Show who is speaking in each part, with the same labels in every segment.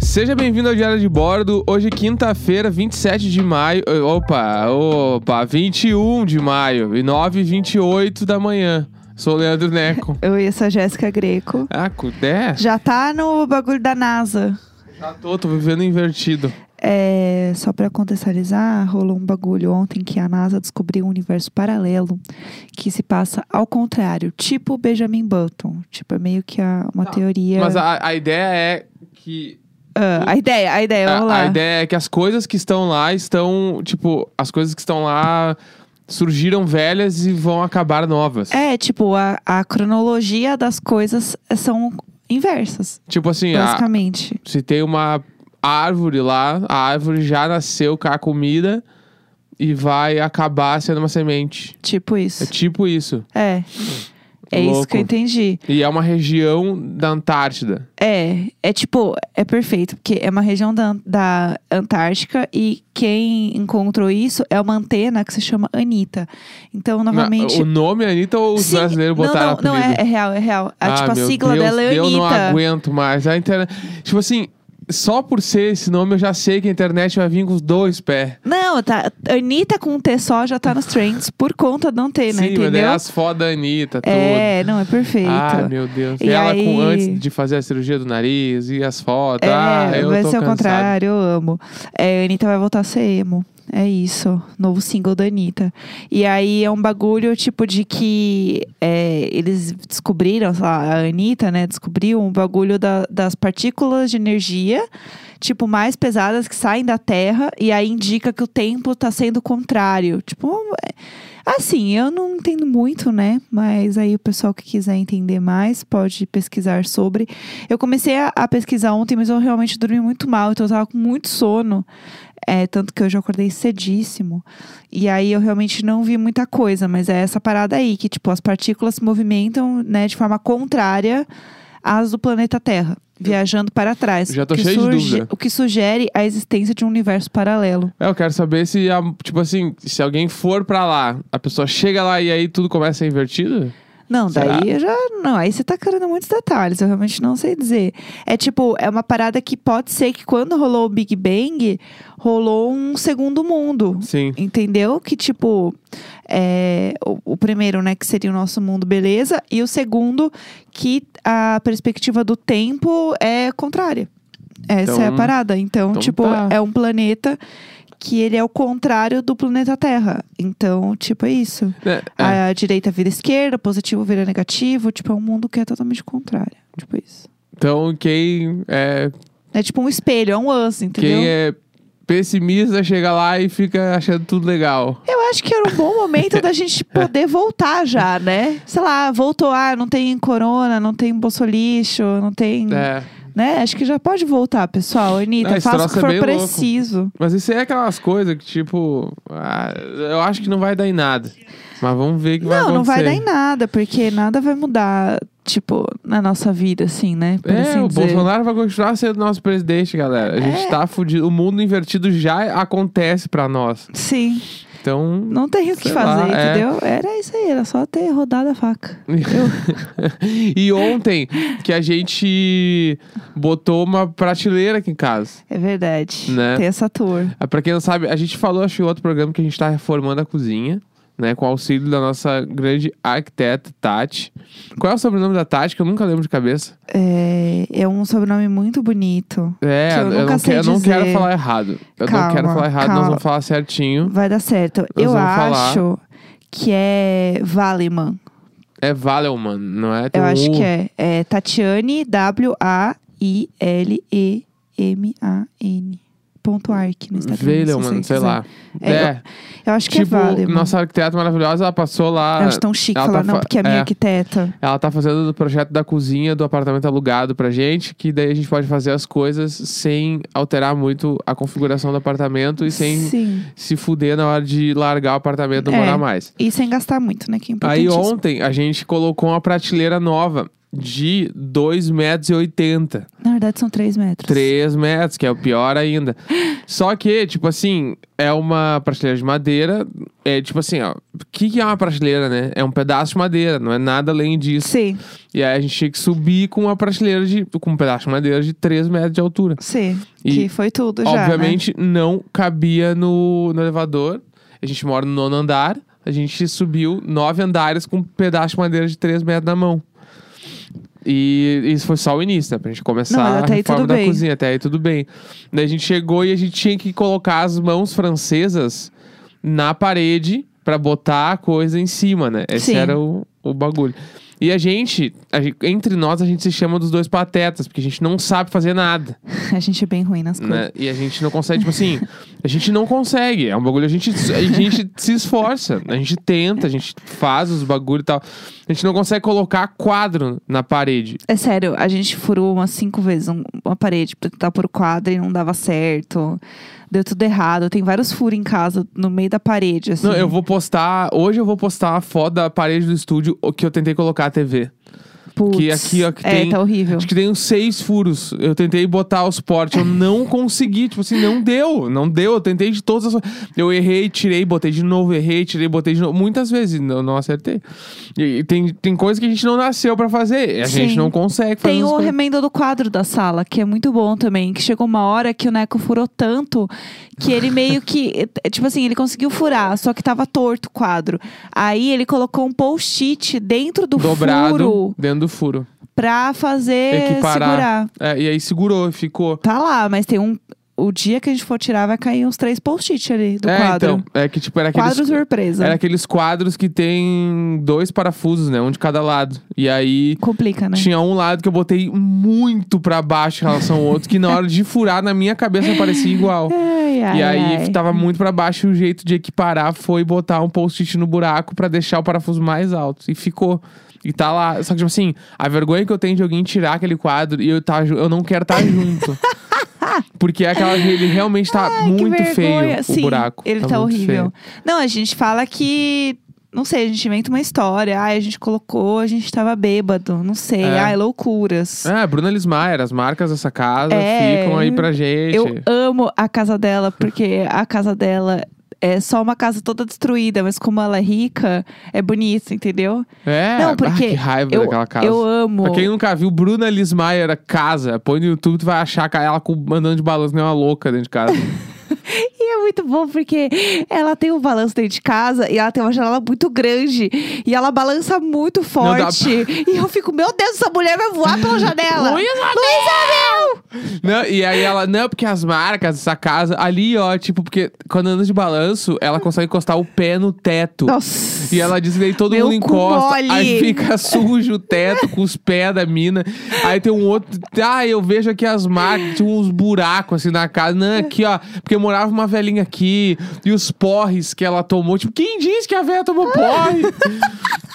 Speaker 1: Seja bem-vindo ao Diário de Bordo. Hoje, quinta-feira, 27 de maio. eh, Opa, opa, 21 de maio e 9 e 28 da manhã. Sou o Leandro Neco.
Speaker 2: Eu e essa Jéssica Greco.
Speaker 1: Ah, cu- é?
Speaker 2: Já tá no bagulho da NASA.
Speaker 1: Já tô, tô vivendo invertido.
Speaker 2: É, só pra contextualizar, rolou um bagulho ontem que a NASA descobriu um universo paralelo que se passa ao contrário, tipo Benjamin Button. Tipo, é meio que a- uma
Speaker 1: Tá.
Speaker 2: teoria.
Speaker 1: Mas a, a ideia é que.
Speaker 2: Ah, a ideia, a ideia, vamos
Speaker 1: A,
Speaker 2: lá.
Speaker 1: a ideia é que as coisas que estão lá estão. Tipo, as coisas que estão lá surgiram velhas e vão acabar novas.
Speaker 2: É, tipo, a, a cronologia das coisas são inversas,
Speaker 1: Tipo assim, a,
Speaker 2: basicamente.
Speaker 1: Se tem uma árvore lá, a árvore já nasceu com a comida e vai acabar sendo uma semente.
Speaker 2: Tipo isso.
Speaker 1: É tipo isso.
Speaker 2: É. É isso
Speaker 1: Louco.
Speaker 2: que eu entendi.
Speaker 1: E é uma região da Antártida.
Speaker 2: É, é tipo, é perfeito, porque é uma região da, da Antártica e quem encontrou isso é uma antena que se chama Anitta. Então, novamente.
Speaker 1: Na- o nome é Anitta ou os
Speaker 2: Sim,
Speaker 1: brasileiros botaram
Speaker 2: não, não, não,
Speaker 1: apelido?
Speaker 2: é, é real, é real. A,
Speaker 1: Ah,
Speaker 2: tipo, a
Speaker 1: meu
Speaker 2: sigla
Speaker 1: Deus,
Speaker 2: dela é
Speaker 1: Eu não
Speaker 2: Anitta.
Speaker 1: aguento mais. A internet... Tipo assim, só por ser esse nome eu já sei que a internet vai vir com os dois pés.
Speaker 2: Não, tá. Anitta com um T só já tá nos trends por conta da antena,
Speaker 1: Sim, mas daí
Speaker 2: né, entendeu?
Speaker 1: as foda da Anitta, tudo.
Speaker 2: É, não, é perfeito.
Speaker 1: Ah, meu Deus.
Speaker 2: E
Speaker 1: E ela com,
Speaker 2: aí-
Speaker 1: antes de fazer a cirurgia do nariz e as fotos.
Speaker 2: É,
Speaker 1: ah, eu
Speaker 2: vai
Speaker 1: tô
Speaker 2: ser ao
Speaker 1: cansado.
Speaker 2: contrário, eu amo. É, a Anitta vai voltar a ser emo. É isso, novo single da Anitta. E aí é um bagulho, tipo, de que é, eles descobriram, sei lá, a Anitta, né, descobriu um bagulho da- das partículas de energia, tipo, mais pesadas que saem da Terra, e aí indica que o tempo tá sendo contrário. Tipo, é- assim, eu não entendo muito, né, mas aí o pessoal que quiser entender mais pode pesquisar sobre. Eu comecei a, a pesquisar ontem, mas eu realmente dormi muito mal, então eu tava com muito sono. É, tanto que hoje eu acordei cedíssimo. E aí eu realmente não vi muita coisa, mas é essa parada aí, que tipo, as partículas se movimentam, né, de forma contrária às do planeta Terra, viajando para trás.
Speaker 1: Já tô
Speaker 2: O que
Speaker 1: cheio de
Speaker 2: surge-
Speaker 1: dúvida.
Speaker 2: O que sugere a existência de um universo paralelo.
Speaker 1: É, eu quero saber se, a- tipo assim, se alguém for pra lá, a pessoa chega lá e aí tudo começa a ser invertido?
Speaker 2: Não,
Speaker 1: Será?
Speaker 2: daí eu já. Não, aí você tá querendo muitos detalhes, eu realmente não sei dizer. É tipo, é uma parada que pode ser que quando rolou o Big Bang, rolou um segundo mundo.
Speaker 1: Sim.
Speaker 2: Entendeu? Que, tipo, é, o, o primeiro, né, que seria o nosso mundo, beleza. E o segundo, que a perspectiva do tempo é contrária. Essa
Speaker 1: Então-
Speaker 2: é a parada. Então,
Speaker 1: então
Speaker 2: tipo,
Speaker 1: tá.
Speaker 2: é um planeta que ele é o contrário do planeta Terra. Então, tipo, é isso.
Speaker 1: É, é.
Speaker 2: A direita vira esquerda, o positivo vira negativo. Tipo, é um mundo que é totalmente contrário. Tipo isso.
Speaker 1: Então, quem é,
Speaker 2: É tipo um espelho, é um us, entendeu?
Speaker 1: quem é pessimista chega lá e fica achando tudo legal.
Speaker 2: Eu acho que era um bom momento da gente tipo, poder voltar já, né? Sei lá, voltou, ah, não tem corona, não tem bolsolixo, não tem.
Speaker 1: É.
Speaker 2: Né? Acho que já pode voltar, pessoal. Anitta,
Speaker 1: Não, esse
Speaker 2: faça o
Speaker 1: troço
Speaker 2: que
Speaker 1: é
Speaker 2: for
Speaker 1: bem louco.
Speaker 2: preciso.
Speaker 1: Mas isso aí é aquelas coisas que, tipo, ah, eu acho que não vai dar em nada. Mas vamos ver o que vai
Speaker 2: Não,
Speaker 1: acontecer.
Speaker 2: não vai dar em nada, porque nada vai mudar, tipo, na nossa vida, assim, né? Por
Speaker 1: É,
Speaker 2: assim
Speaker 1: o
Speaker 2: dizer. É.
Speaker 1: Bolsonaro vai continuar sendo nosso presidente, galera. A gente tá fudido. O mundo invertido já acontece pra nós.
Speaker 2: Sim,
Speaker 1: Então,
Speaker 2: não tem o que
Speaker 1: Sei
Speaker 2: fazer,
Speaker 1: lá, é.
Speaker 2: entendeu? Era isso aí, era só ter rodado a faca.
Speaker 1: e ontem que a gente botou uma prateleira aqui em casa.
Speaker 2: É verdade.
Speaker 1: Né?
Speaker 2: Tem essa tour.
Speaker 1: Ah, Pra quem não sabe, a gente falou, acho que em outro programa, que a gente tá reformando a cozinha, né? Com o auxílio da nossa grande arquiteta, Tati. Qual é o sobrenome da Tati? Que eu nunca lembro de cabeça.
Speaker 2: É, é um sobrenome muito bonito.
Speaker 1: É,
Speaker 2: Que eu nunca
Speaker 1: não,
Speaker 2: sei
Speaker 1: eu não quero
Speaker 2: dizer.
Speaker 1: falar errado. Eu não
Speaker 2: Calma,
Speaker 1: quero falar errado, nós
Speaker 2: calma.
Speaker 1: vamos falar certinho.
Speaker 2: Vai dar certo. eu
Speaker 1: vamos falar.
Speaker 2: acho que é Valeman.
Speaker 1: É Valeman, não é? Tem
Speaker 2: Eu
Speaker 1: um
Speaker 2: acho
Speaker 1: U.
Speaker 2: que é. É Tatiane W-A-I-L-E-M-A-N. Ponto arc no Instagram. se
Speaker 1: Veleman,
Speaker 2: você
Speaker 1: sei
Speaker 2: quiser.
Speaker 1: lá.
Speaker 2: É,
Speaker 1: É,
Speaker 2: Eu acho que
Speaker 1: tipo,
Speaker 2: é Valeman.
Speaker 1: nossa arquiteta maravilhosa, ela passou lá.
Speaker 2: Eu acho tão chique
Speaker 1: ela
Speaker 2: falar,
Speaker 1: tá
Speaker 2: não,
Speaker 1: fa-
Speaker 2: porque é minha
Speaker 1: é.
Speaker 2: arquiteta.
Speaker 1: Ela tá fazendo o projeto da cozinha do apartamento alugado pra gente, que daí a gente pode fazer as coisas sem alterar muito a configuração do apartamento e sem
Speaker 2: Sim.
Speaker 1: se fuder na hora de largar o apartamento e não
Speaker 2: É.
Speaker 1: morar mais.
Speaker 2: E sem gastar muito, né? Que é
Speaker 1: Aí
Speaker 2: importantíssimo.
Speaker 1: ontem a gente colocou uma prateleira nova de 2,80 metros. e 80.
Speaker 2: Na verdade, são três metros.
Speaker 1: 3 metros, que é o pior ainda. Só que, tipo assim, é uma prateleira de madeira. É tipo assim, ó. O que, que é uma prateleira, né? É um pedaço de madeira, não é nada além disso.
Speaker 2: Sim,
Speaker 1: E aí a gente tinha que subir com uma prateleira de. com um pedaço de madeira de 3 metros de altura.
Speaker 2: sim.
Speaker 1: E,
Speaker 2: que foi tudo já. né?
Speaker 1: Obviamente não cabia no, no elevador. A gente mora no nono andar. A gente subiu nove andares com um pedaço de madeira de 3 metros na mão. E isso foi só o início, né? Pra gente começar
Speaker 2: Não, mas
Speaker 1: a
Speaker 2: até aí
Speaker 1: reforma
Speaker 2: tudo
Speaker 1: da
Speaker 2: bem.
Speaker 1: cozinha. Até aí tudo bem. Daí a gente chegou e a gente tinha que colocar as mãos francesas na parede pra botar a coisa em cima, né? Esse
Speaker 2: Sim.
Speaker 1: era o, o bagulho. E a gente, a gente, entre nós, a gente se chama dos dois patetas, porque a gente não sabe fazer nada
Speaker 2: A gente é bem ruim nas coisas.
Speaker 1: né? E a gente não consegue, tipo assim, a gente não consegue. É um bagulho, a gente, a gente se esforça, a gente tenta, a gente faz os bagulho e tal. A gente não consegue colocar quadro na parede.
Speaker 2: É sério, a gente furou umas cinco vezes um- uma parede pra tentar por quadro e não dava certo. Deu tudo errado. Tem vários furos em casa, no meio da parede, assim.
Speaker 1: Não, eu vou postar, hoje eu vou postar a foto da parede do estúdio o que eu tentei colocar a TV.
Speaker 2: Putz,
Speaker 1: que aqui, ó, que
Speaker 2: é,
Speaker 1: tem-
Speaker 2: tá horrível.
Speaker 1: Acho que tem uns seis furos. Eu tentei botar os suporte, eu não consegui. Tipo assim, não deu, não deu. Eu tentei de todas as. Eu errei, tirei, botei de novo, errei, tirei, botei de novo. Muitas vezes não, não acertei. E, e tem, tem coisa que a gente não nasceu pra fazer. A
Speaker 2: Sim.
Speaker 1: gente não consegue fazer.
Speaker 2: Tem
Speaker 1: essas
Speaker 2: o
Speaker 1: coisas.
Speaker 2: remendo do quadro da sala, que é muito bom também. Que chegou uma hora que o Neco furou tanto que ele meio que. é, Tipo assim, ele conseguiu furar, só que tava torto o quadro. Aí ele colocou um post-it dentro do
Speaker 1: dobrado
Speaker 2: furo
Speaker 1: dentro do furo.
Speaker 2: pra fazer
Speaker 1: Equiparar.
Speaker 2: segurar.
Speaker 1: É, e aí segurou, ficou.
Speaker 2: Tá lá, mas tem um. O dia que a gente for tirar, vai cair uns três post-it ali do
Speaker 1: é,
Speaker 2: quadro.
Speaker 1: então. É que tipo, era aqueles.
Speaker 2: quadro surpresa.
Speaker 1: Era aqueles quadros que tem dois parafusos, né? Um de cada lado. E aí.
Speaker 2: Complica, né?
Speaker 1: Tinha um lado que eu botei muito pra baixo em relação ao outro, que na hora de furar na minha cabeça parecia igual.
Speaker 2: Ai, ai,
Speaker 1: E aí tá
Speaker 2: ai.
Speaker 1: tava muito pra baixo e o jeito de equiparar foi botar um post-it no buraco pra deixar o parafuso mais alto. E ficou. E tá lá. Só que, tipo assim, a vergonha que eu tenho de alguém tirar aquele quadro e eu, tá, ju- eu não quero estar junto. Porque é aquela. Ele realmente tá
Speaker 2: Ai, que
Speaker 1: muito feio
Speaker 2: vergonha.
Speaker 1: o
Speaker 2: Sim,
Speaker 1: buraco.
Speaker 2: Ele tá,
Speaker 1: muito
Speaker 2: horrível.
Speaker 1: feio.
Speaker 2: Não, a gente fala que. Não sei, a gente inventa uma história. Ai, a gente colocou, a gente tava bêbado. Não sei.
Speaker 1: É.
Speaker 2: Ai, loucuras.
Speaker 1: É, Bruna Lismayer, as marcas dessa casa
Speaker 2: É,
Speaker 1: ficam aí pra gente.
Speaker 2: Eu amo a casa dela, porque a casa dela é só uma casa toda destruída, mas como ela é rica, é bonita, entendeu?
Speaker 1: É,
Speaker 2: Não,
Speaker 1: ah,
Speaker 2: porque
Speaker 1: que raiva
Speaker 2: eu,
Speaker 1: daquela casa.
Speaker 2: eu amo.
Speaker 1: Pra quem nunca viu, Bruna Lismayer, a casa. Põe no YouTube, tu vai achar ca- ela com- andando de balanço, nem uma louca dentro de casa.
Speaker 2: E é muito bom porque ela tem um balanço dentro de casa e ela tem uma janela muito grande e ela balança muito
Speaker 1: dá pra-
Speaker 2: forte. E eu fico, meu Deus, essa mulher vai voar pela janela.
Speaker 1: Luiz não, e aí ela, não, porque as marcas dessa casa, ali, ó, tipo, porque quando anda de balanço, ela consegue encostar o pé no teto.
Speaker 2: Nossa.
Speaker 1: E ela diz que daí todo
Speaker 2: Meu
Speaker 1: mundo
Speaker 2: cu
Speaker 1: encosta,
Speaker 2: mole.
Speaker 1: aí fica sujo o teto com os pés da mina. Aí tem um outro, ah, eu vejo aqui as marcas, tinha uns buracos assim na casa. Não, aqui ó, porque morava uma velhinha aqui e os porres que ela tomou. Tipo, quem disse que a velha tomou porre?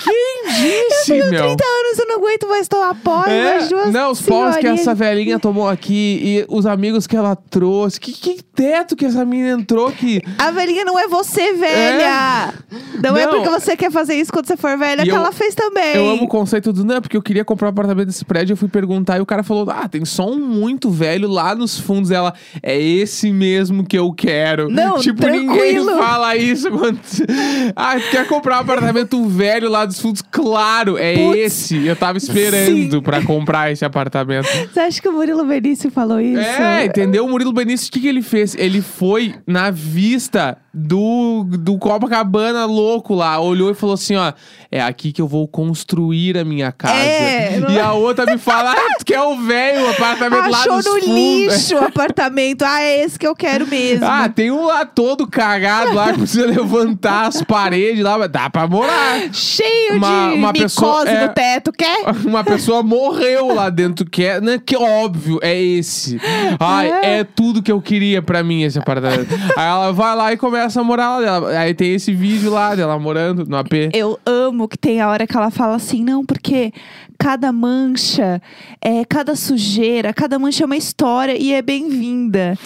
Speaker 1: quem disse,
Speaker 2: Eu tenho
Speaker 1: meu?
Speaker 2: 30 anos, eu não aguento mais tomar pó.
Speaker 1: É,
Speaker 2: mas duas
Speaker 1: não, os porros que
Speaker 2: senhorinhas-
Speaker 1: essa velhinha tomou aqui e os amigos que ela trouxe. Que, que teto que essa menina entrou que.
Speaker 2: A velhinha não é você, velha. Não, é
Speaker 1: Não.
Speaker 2: porque você quer fazer isso quando você for velha
Speaker 1: E
Speaker 2: que
Speaker 1: eu-
Speaker 2: ela fez também.
Speaker 1: Eu amo o conceito do não, porque eu queria comprar um apartamento desse prédio. Eu fui perguntar e o cara falou: Ah, tem só um muito velho lá nos fundos. Ela é esse mesmo que eu quero.
Speaker 2: Não,
Speaker 1: tipo,
Speaker 2: tranquilo.
Speaker 1: ninguém fala isso quando. ah, tu quer comprar um apartamento velho lá dos fundos? Claro, é
Speaker 2: Putz.
Speaker 1: esse. Eu tava esperando pra comprar esse apartamento.
Speaker 2: Você acha que o Murilo Benício falou isso? né?
Speaker 1: É, entendeu? O Murilo Benício, o que, que ele fez? Ele foi na vista do, do Copacabana louco lá, olhou e falou assim: ó, é aqui que eu vou construir a minha casa.
Speaker 2: É, não-
Speaker 1: e a outra me fala: ah, tu quer o velho, o apartamento
Speaker 2: Achou
Speaker 1: tá lá dos
Speaker 2: no
Speaker 1: fundos.
Speaker 2: lixo o apartamento. Ah, é esse que eu quero mesmo.
Speaker 1: Ah, tem um lá todo cagado lá que precisa levantar as paredes lá, mas dá pra morar.
Speaker 2: Cheio
Speaker 1: Uma-
Speaker 2: de
Speaker 1: uma
Speaker 2: micose
Speaker 1: pessoa- é.
Speaker 2: no teto, quer?
Speaker 1: Uma pessoa morreu lá dentro, que é, né, que óbvio, é esse. Ai, é. tudo que eu queria pra mim esse apartamento. Aí ela vai lá e começa a morar lá dela. Aí tem esse vídeo lá dela morando no AP.
Speaker 2: Eu amo que tem a hora que ela fala assim, não, porque cada mancha, é, cada sujeira, cada mancha é uma história e é bem-vinda.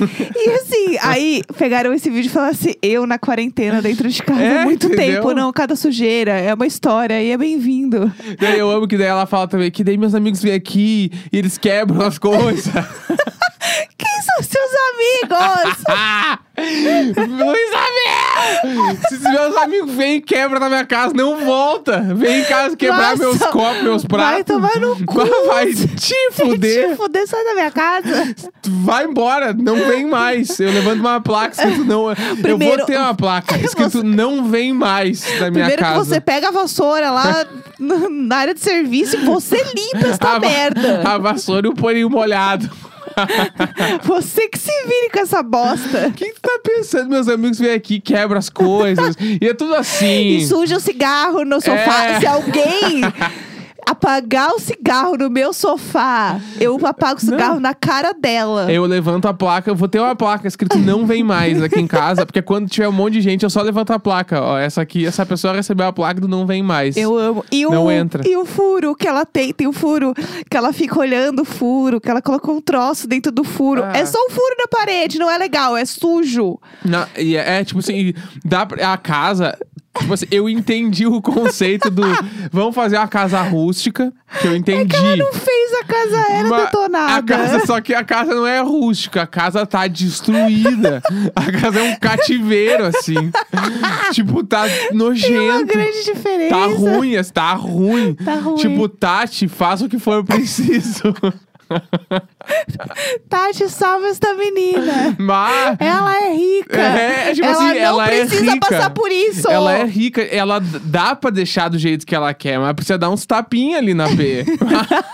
Speaker 2: e assim, aí pegaram esse vídeo e falaram assim: eu na quarentena dentro de casa
Speaker 1: É,
Speaker 2: há muito
Speaker 1: entendeu?
Speaker 2: tempo, não, cada sujeira é uma história e é bem-vindo.
Speaker 1: Daí eu amo que daí ela fala também que daí meus amigos vêm aqui e eles quebram as coisas.
Speaker 2: Quem são seus amigos?
Speaker 1: Ah! Luiz Abel! Se os meus amigos vêm e quebram na minha casa, não volta! Vem em casa quebrar
Speaker 2: Nossa,
Speaker 1: meus copos, meus
Speaker 2: vai
Speaker 1: pratos.
Speaker 2: tomar no cu.
Speaker 1: Vai te
Speaker 2: Te
Speaker 1: fuder!
Speaker 2: fuder, sai da minha casa.
Speaker 1: Vai embora, não vem mais. Eu levanto uma placa escrito não. eu vou
Speaker 2: Primeiro-
Speaker 1: ter uma placa escrito
Speaker 2: Você-
Speaker 1: não vem mais da minha
Speaker 2: Primeiro
Speaker 1: casa.
Speaker 2: que você pega a vassoura lá n- na área de serviço e você limpa esta
Speaker 1: a, va-
Speaker 2: merda.
Speaker 1: a vassoura e o paninho molhado.
Speaker 2: Você que se vire com essa bosta.
Speaker 1: Quem que tá pensando? Meus amigos vêm aqui, quebram as coisas. e é tudo assim.
Speaker 2: E suja o cigarro no sofá.
Speaker 1: É.
Speaker 2: Se alguém apagar o cigarro no meu sofá, eu apago o cigarro na cara dela.
Speaker 1: Eu levanto a placa, eu vou ter uma placa escrito não vem mais aqui em casa, porque quando tiver um monte de gente, eu só levanto a placa. Ó, essa aqui, essa pessoa recebeu a placa do não vem mais.
Speaker 2: Eu amo. E o,
Speaker 1: Não entra.
Speaker 2: E o furo que ela tem, tem um furo que ela fica olhando o furo, que ela colocou um troço dentro do furo.
Speaker 1: Ah.
Speaker 2: É só um furo na parede, não é legal, é sujo.
Speaker 1: Na- e é, é, tipo assim, dá pra- a casa. Tipo assim, eu entendi o conceito do. Vamos fazer uma casa rústica, que eu entendi.
Speaker 2: É Não fez a casa era
Speaker 1: Ma-
Speaker 2: detonada. né?
Speaker 1: A casa, só que a casa não é rústica, a casa tá destruída. a casa é um cativeiro, assim. tipo, tá
Speaker 2: Tem uma
Speaker 1: nojento.
Speaker 2: grande diferença.
Speaker 1: Tá ruim, as- tá ruim.
Speaker 2: Tá ruim.
Speaker 1: Tipo, Tati, faça o que for preciso.
Speaker 2: Tati salva esta menina.
Speaker 1: Mas.
Speaker 2: Ela é rica.
Speaker 1: É, tipo
Speaker 2: ela
Speaker 1: assim,
Speaker 2: não
Speaker 1: ela é
Speaker 2: precisa
Speaker 1: rica.
Speaker 2: passar por isso.
Speaker 1: Ela é rica, ela d- dá pra deixar do jeito que ela quer, mas precisa dar uns tapinhos ali na B.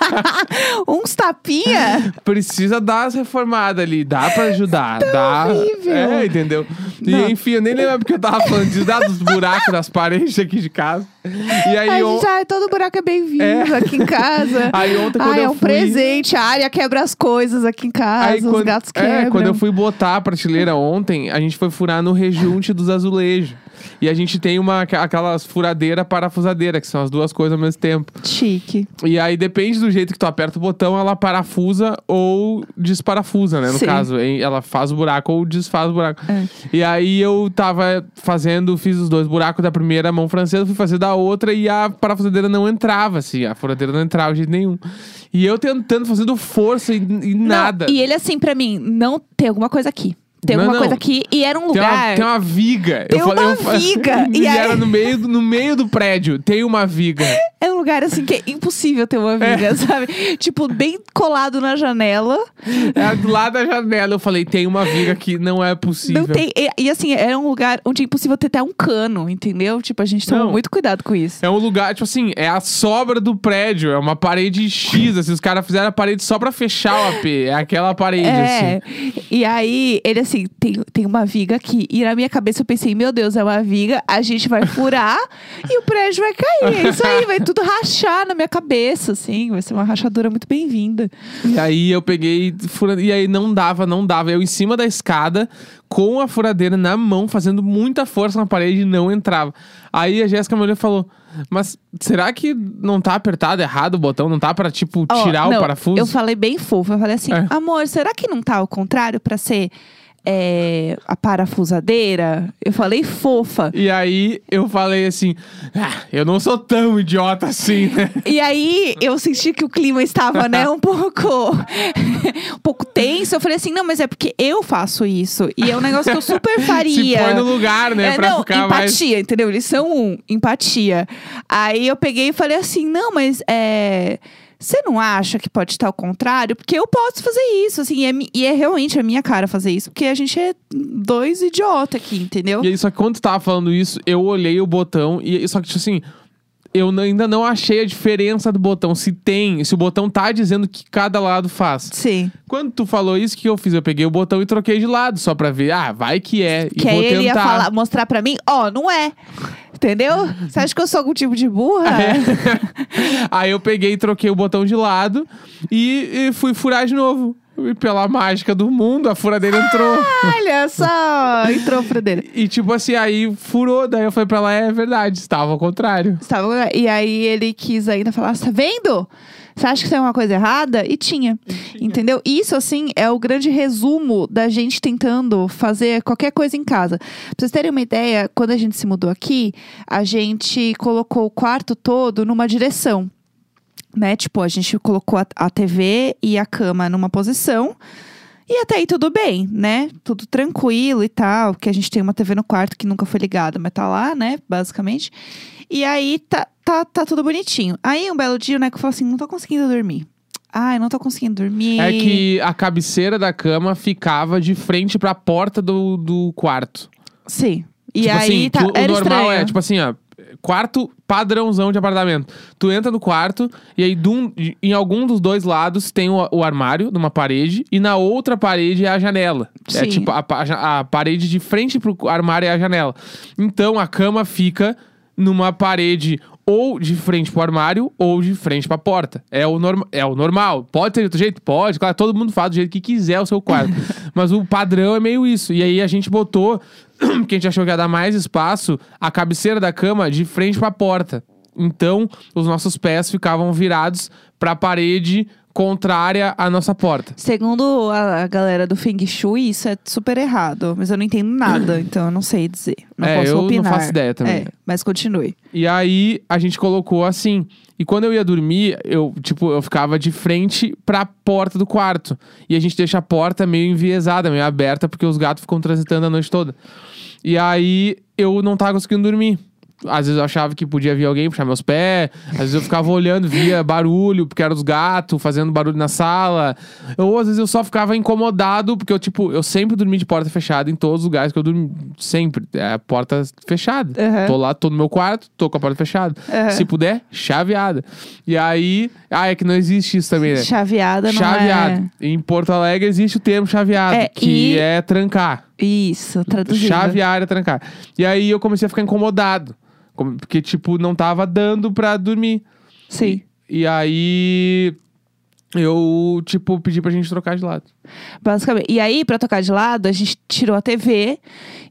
Speaker 2: Uns tapinha.
Speaker 1: precisa dar as reformadas ali, dá pra ajudar. dá.
Speaker 2: Tá horrível.
Speaker 1: É, entendeu?
Speaker 2: Não.
Speaker 1: E enfim, eu nem lembro porque eu tava falando disso, dá dos buracos das paredes aqui de casa. E aí,
Speaker 2: Ai,
Speaker 1: on-
Speaker 2: gente, ai, todo buraco é bem-vindo
Speaker 1: É.
Speaker 2: aqui em casa.
Speaker 1: Aí ontem, quando
Speaker 2: ai,
Speaker 1: eu
Speaker 2: é um
Speaker 1: fui-
Speaker 2: presente. A área quebra as coisas aqui em casa.
Speaker 1: Aí
Speaker 2: os
Speaker 1: quando,
Speaker 2: gatos quebram.
Speaker 1: é, quando eu fui botar a prateleira ontem, a gente foi furar no rejunte dos azulejos. E a gente tem uma, aqua- aquelas furadeira parafusadeira, que são as duas coisas ao mesmo tempo.
Speaker 2: Chique.
Speaker 1: E aí depende do jeito que tu aperta o botão, ela parafusa ou desparafusa, né? No
Speaker 2: Sim.
Speaker 1: caso, hein? ela faz o buraco ou desfaz o buraco.
Speaker 2: É.
Speaker 1: E aí eu tava fazendo, fiz os dois buracos da primeira mão francesa, fui fazer da outra e a parafusadeira não entrava, assim. A furadeira não entrava de jeito nenhum. E eu tentando, fazendo força e, e
Speaker 2: Não,
Speaker 1: nada.
Speaker 2: e ele assim, pra mim, não tem alguma coisa aqui. Tem
Speaker 1: Não,
Speaker 2: alguma
Speaker 1: não.
Speaker 2: coisa aqui. E era um
Speaker 1: Tem
Speaker 2: lugar.
Speaker 1: uma, tem uma viga.
Speaker 2: Tem
Speaker 1: eu falei,
Speaker 2: uma
Speaker 1: eu fa-
Speaker 2: viga.
Speaker 1: E,
Speaker 2: E aí-
Speaker 1: era no meio, do- no meio do prédio. Tem uma viga.
Speaker 2: É um lugar assim que é impossível ter uma viga, sabe? Tipo, bem colado na janela.
Speaker 1: É do lado da janela. Eu falei, tem uma viga que não é possível.
Speaker 2: Não tem. E, e, assim, era um lugar onde é impossível ter até um cano, entendeu? Tipo, a gente toma
Speaker 1: Não.
Speaker 2: muito cuidado com isso.
Speaker 1: É um lugar, tipo assim, é a sobra do prédio. É uma parede X, assim. Os caras fizeram a parede só pra fechar o AP. É aquela parede,
Speaker 2: É,
Speaker 1: assim.
Speaker 2: e aí ele assim, tem, tem uma viga aqui. E na minha cabeça eu pensei, meu Deus, é uma viga, a gente vai furar e o prédio vai cair. É isso aí, vai tudo rachar na minha cabeça, assim. Vai ser uma rachadura muito bem-vinda.
Speaker 1: E aí eu peguei furando. E aí não dava, não dava. Eu em cima da escada, com a furadeira na mão, fazendo muita força na parede e não entrava. Aí a Jéssica me olhou e falou: Mas será que não tá apertado errado o botão? Não tá pra, tipo,
Speaker 2: Ó,
Speaker 1: tirar
Speaker 2: não,
Speaker 1: o parafuso?
Speaker 2: Eu falei bem fofo. Eu falei assim,
Speaker 1: É.
Speaker 2: amor, será que não tá ao contrário pra ser é, a parafusadeira? Eu falei fofa.
Speaker 1: E aí eu falei assim: "Ah, eu não sou tão idiota assim, né?
Speaker 2: E aí eu senti que o clima estava, né, um pouco um pouco tenso. Eu falei assim, não, mas é porque eu faço isso. E é um negócio que eu super faria.
Speaker 1: Se põe no lugar, né?
Speaker 2: É,
Speaker 1: pra
Speaker 2: não,
Speaker 1: ficar mais.
Speaker 2: empatia, entendeu? Eles são um, empatia. Aí eu peguei e falei assim, não, mas é. Você não acha que pode estar ao contrário? Porque eu posso fazer isso, assim, e é, mi- e é realmente a minha cara fazer isso, porque a gente é dois idiota aqui, entendeu?
Speaker 1: E aí, só que quando tu tava falando isso, eu olhei o botão e só que tipo assim, eu n- ainda não achei a diferença do botão, se tem, se o botão tá dizendo que cada lado faz.
Speaker 2: Sim.
Speaker 1: Quando tu falou isso, o que eu fiz? Eu peguei o botão e troquei de lado, só pra ver. Ah, vai que é.
Speaker 2: Que
Speaker 1: e
Speaker 2: aí
Speaker 1: vou
Speaker 2: ele ia
Speaker 1: tentar.
Speaker 2: falar, mostrar pra mim, ó, não é. Entendeu? Você acha que eu sou algum tipo de burra?
Speaker 1: É. aí eu peguei e troquei o botão de lado e, e fui furar de novo. E pela mágica do mundo, a furadeira entrou.
Speaker 2: Ah! Olha só, entrou pra dele.
Speaker 1: E tipo assim, aí furou. Daí eu falei pra ela, é verdade, estava ao contrário.
Speaker 2: Estava- Tá, E aí ele quis ainda falar, tá vendo? Você acha que tem alguma coisa errada? E tinha. Entendeu? Isso, assim, é o grande resumo da gente tentando fazer qualquer coisa em casa. Pra vocês terem uma ideia, quando a gente se mudou aqui, a gente colocou o quarto todo numa direção. Né? Tipo, a gente colocou a, a TV e a cama numa posição. E até aí tudo bem, né? Tudo tranquilo e tal. Porque a gente tem uma TV no quarto que nunca foi ligada, mas tá lá, né? Basicamente. E aí tá, tá, tá tudo bonitinho. Aí um belo dia o Neco falou assim: não tô conseguindo dormir. Ai, não tô conseguindo dormir.
Speaker 1: É que a cabeceira da cama ficava de frente pra porta do, do quarto.
Speaker 2: Sim. E
Speaker 1: tipo
Speaker 2: aí
Speaker 1: assim,
Speaker 2: tá.
Speaker 1: tu- o
Speaker 2: era
Speaker 1: normal
Speaker 2: estranho.
Speaker 1: é, tipo assim, ó. Quarto padrãozão de apartamento. Tu entra no quarto e aí dum- em algum dos dois lados tem o, o armário numa parede e na outra parede é a janela. É
Speaker 2: Sim.
Speaker 1: tipo a, pa- a parede de frente pro armário é a janela. Então a cama fica numa parede ou de frente pro armário ou de frente pra porta. É o, norma, é o normal. Pode ser do jeito? Pode. Claro, todo mundo faz do jeito que quiser o seu quarto. Mas o padrão é meio isso. E aí a gente botou, porque a gente achou que ia dar mais espaço, a cabeceira da cama de frente pra porta. Então, os nossos pés ficavam virados pra parede contrária à nossa porta.
Speaker 2: Segundo a, a galera do Feng Shui, isso é super errado. Mas eu não entendo nada, então eu não sei dizer. Não
Speaker 1: É,
Speaker 2: posso
Speaker 1: eu não
Speaker 2: opinar.
Speaker 1: faço ideia também.
Speaker 2: É, mas continue.
Speaker 1: E aí a gente colocou assim. E quando eu ia dormir, eu, tipo, eu ficava de frente pra porta do quarto. E a gente deixa a porta meio enviesada, meio aberta, porque os gatos ficam transitando a noite toda. E aí eu não tava conseguindo dormir. Às vezes eu achava que podia vir alguém puxar meus pés. Às vezes eu ficava Tipo, olhando, via barulho, porque eram os gatos fazendo barulho na sala. Ou às vezes eu só ficava incomodado, porque eu, tipo, eu sempre dormi de porta fechada em todos os lugares que eu dormi. Sempre. É a porta fechada.
Speaker 2: Aham.
Speaker 1: Tô lá, tô no meu quarto, tô com a porta fechada.
Speaker 2: Aham.
Speaker 1: Se puder, chaveada. E aí. Ah, é que não existe isso também, né?
Speaker 2: Chaveada não
Speaker 1: Chaveado. Em Porto Alegre existe o termo chaveado,
Speaker 2: É,
Speaker 1: que
Speaker 2: e-
Speaker 1: é trancar.
Speaker 2: é. Isso, traduzindo.
Speaker 1: Chave área trancar. E aí eu comecei a ficar incomodado. como- Porque, tipo, não tava dando pra dormir.
Speaker 2: Sim.
Speaker 1: E aí. Eu, tipo, pedi pra gente trocar de lado.
Speaker 2: Basicamente. E aí, pra tocar de lado, a gente tirou a TV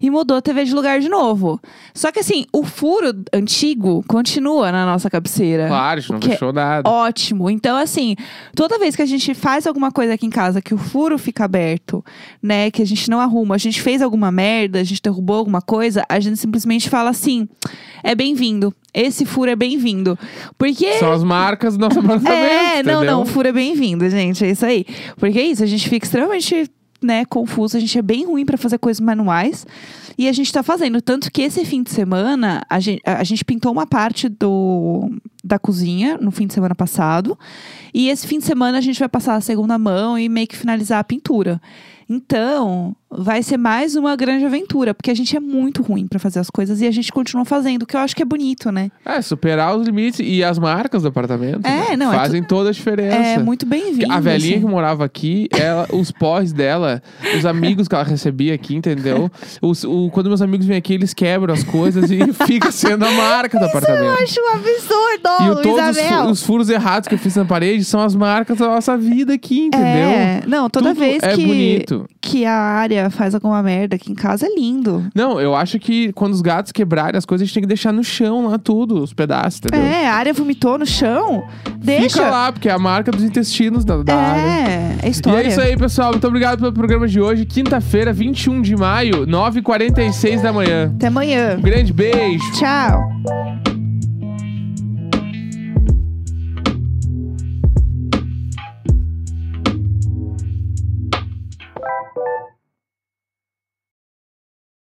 Speaker 2: e mudou a TV de lugar de novo. Só que assim, o furo antigo continua na nossa cabeceira.
Speaker 1: Claro, a gente não
Speaker 2: que é
Speaker 1: fechou nada.
Speaker 2: Ótimo. Então, assim, toda vez que a gente faz alguma coisa aqui em casa que o furo fica aberto, né? Que a gente não arruma, a gente fez alguma merda, a gente derrubou alguma coisa, a gente simplesmente fala assim: é bem-vindo. Esse furo é bem-vindo. Porque.
Speaker 1: São as marcas do nosso apartamento.
Speaker 2: É, não,
Speaker 1: Tá entendeu?
Speaker 2: não, o furo é bem-vindo, gente. É isso aí. Porque é isso, a gente fica extremamente. Né, confuso, a gente é bem ruim pra fazer coisas manuais e a gente tá fazendo. Tanto que esse fim de semana a gente, a gente pintou uma parte do, da cozinha no fim de semana passado, e esse fim de semana a gente vai passar a segunda mão e meio que finalizar a pintura. Então, vai ser mais uma grande aventura, porque a gente é muito ruim pra fazer as coisas e a gente continua fazendo, o que eu acho que é bonito, né?
Speaker 1: É, superar os limites e as marcas do apartamento.
Speaker 2: É,
Speaker 1: né,
Speaker 2: não, é
Speaker 1: Fazem toda a diferença.
Speaker 2: É muito bem-vindo.
Speaker 1: A velhinha
Speaker 2: assim.
Speaker 1: que morava aqui, ela, os pós dela, os amigos que ela recebia aqui, entendeu? Os- o, quando meus amigos vêm aqui, eles quebram as coisas e fica sendo a marca do
Speaker 2: Eu
Speaker 1: apartamento.
Speaker 2: acho um
Speaker 1: E
Speaker 2: absurdo,
Speaker 1: o- todos os,
Speaker 2: Isabel.
Speaker 1: fu- os furos errados que eu fiz na parede são as marcas da nossa vida aqui, entendeu?
Speaker 2: É, não, toda
Speaker 1: Tudo
Speaker 2: vez
Speaker 1: é
Speaker 2: que,
Speaker 1: bonito.
Speaker 2: que a área faz alguma merda aqui em casa é lindo.
Speaker 1: Não, eu acho que quando os gatos quebrarem as coisas, a gente tem que deixar no chão lá tudo, os pedaços, entendeu?
Speaker 2: É, a área vomitou no chão, deixa.
Speaker 1: Fica lá, porque é a marca dos intestinos da, da área.
Speaker 2: é, é
Speaker 1: E
Speaker 2: história.
Speaker 1: é isso aí, pessoal. Muito obrigado pelo programa de hoje. Quinta-feira, 21 de maio, 9h46 da manhã.
Speaker 2: Até amanhã.
Speaker 1: Um grande beijo.
Speaker 2: Tchau.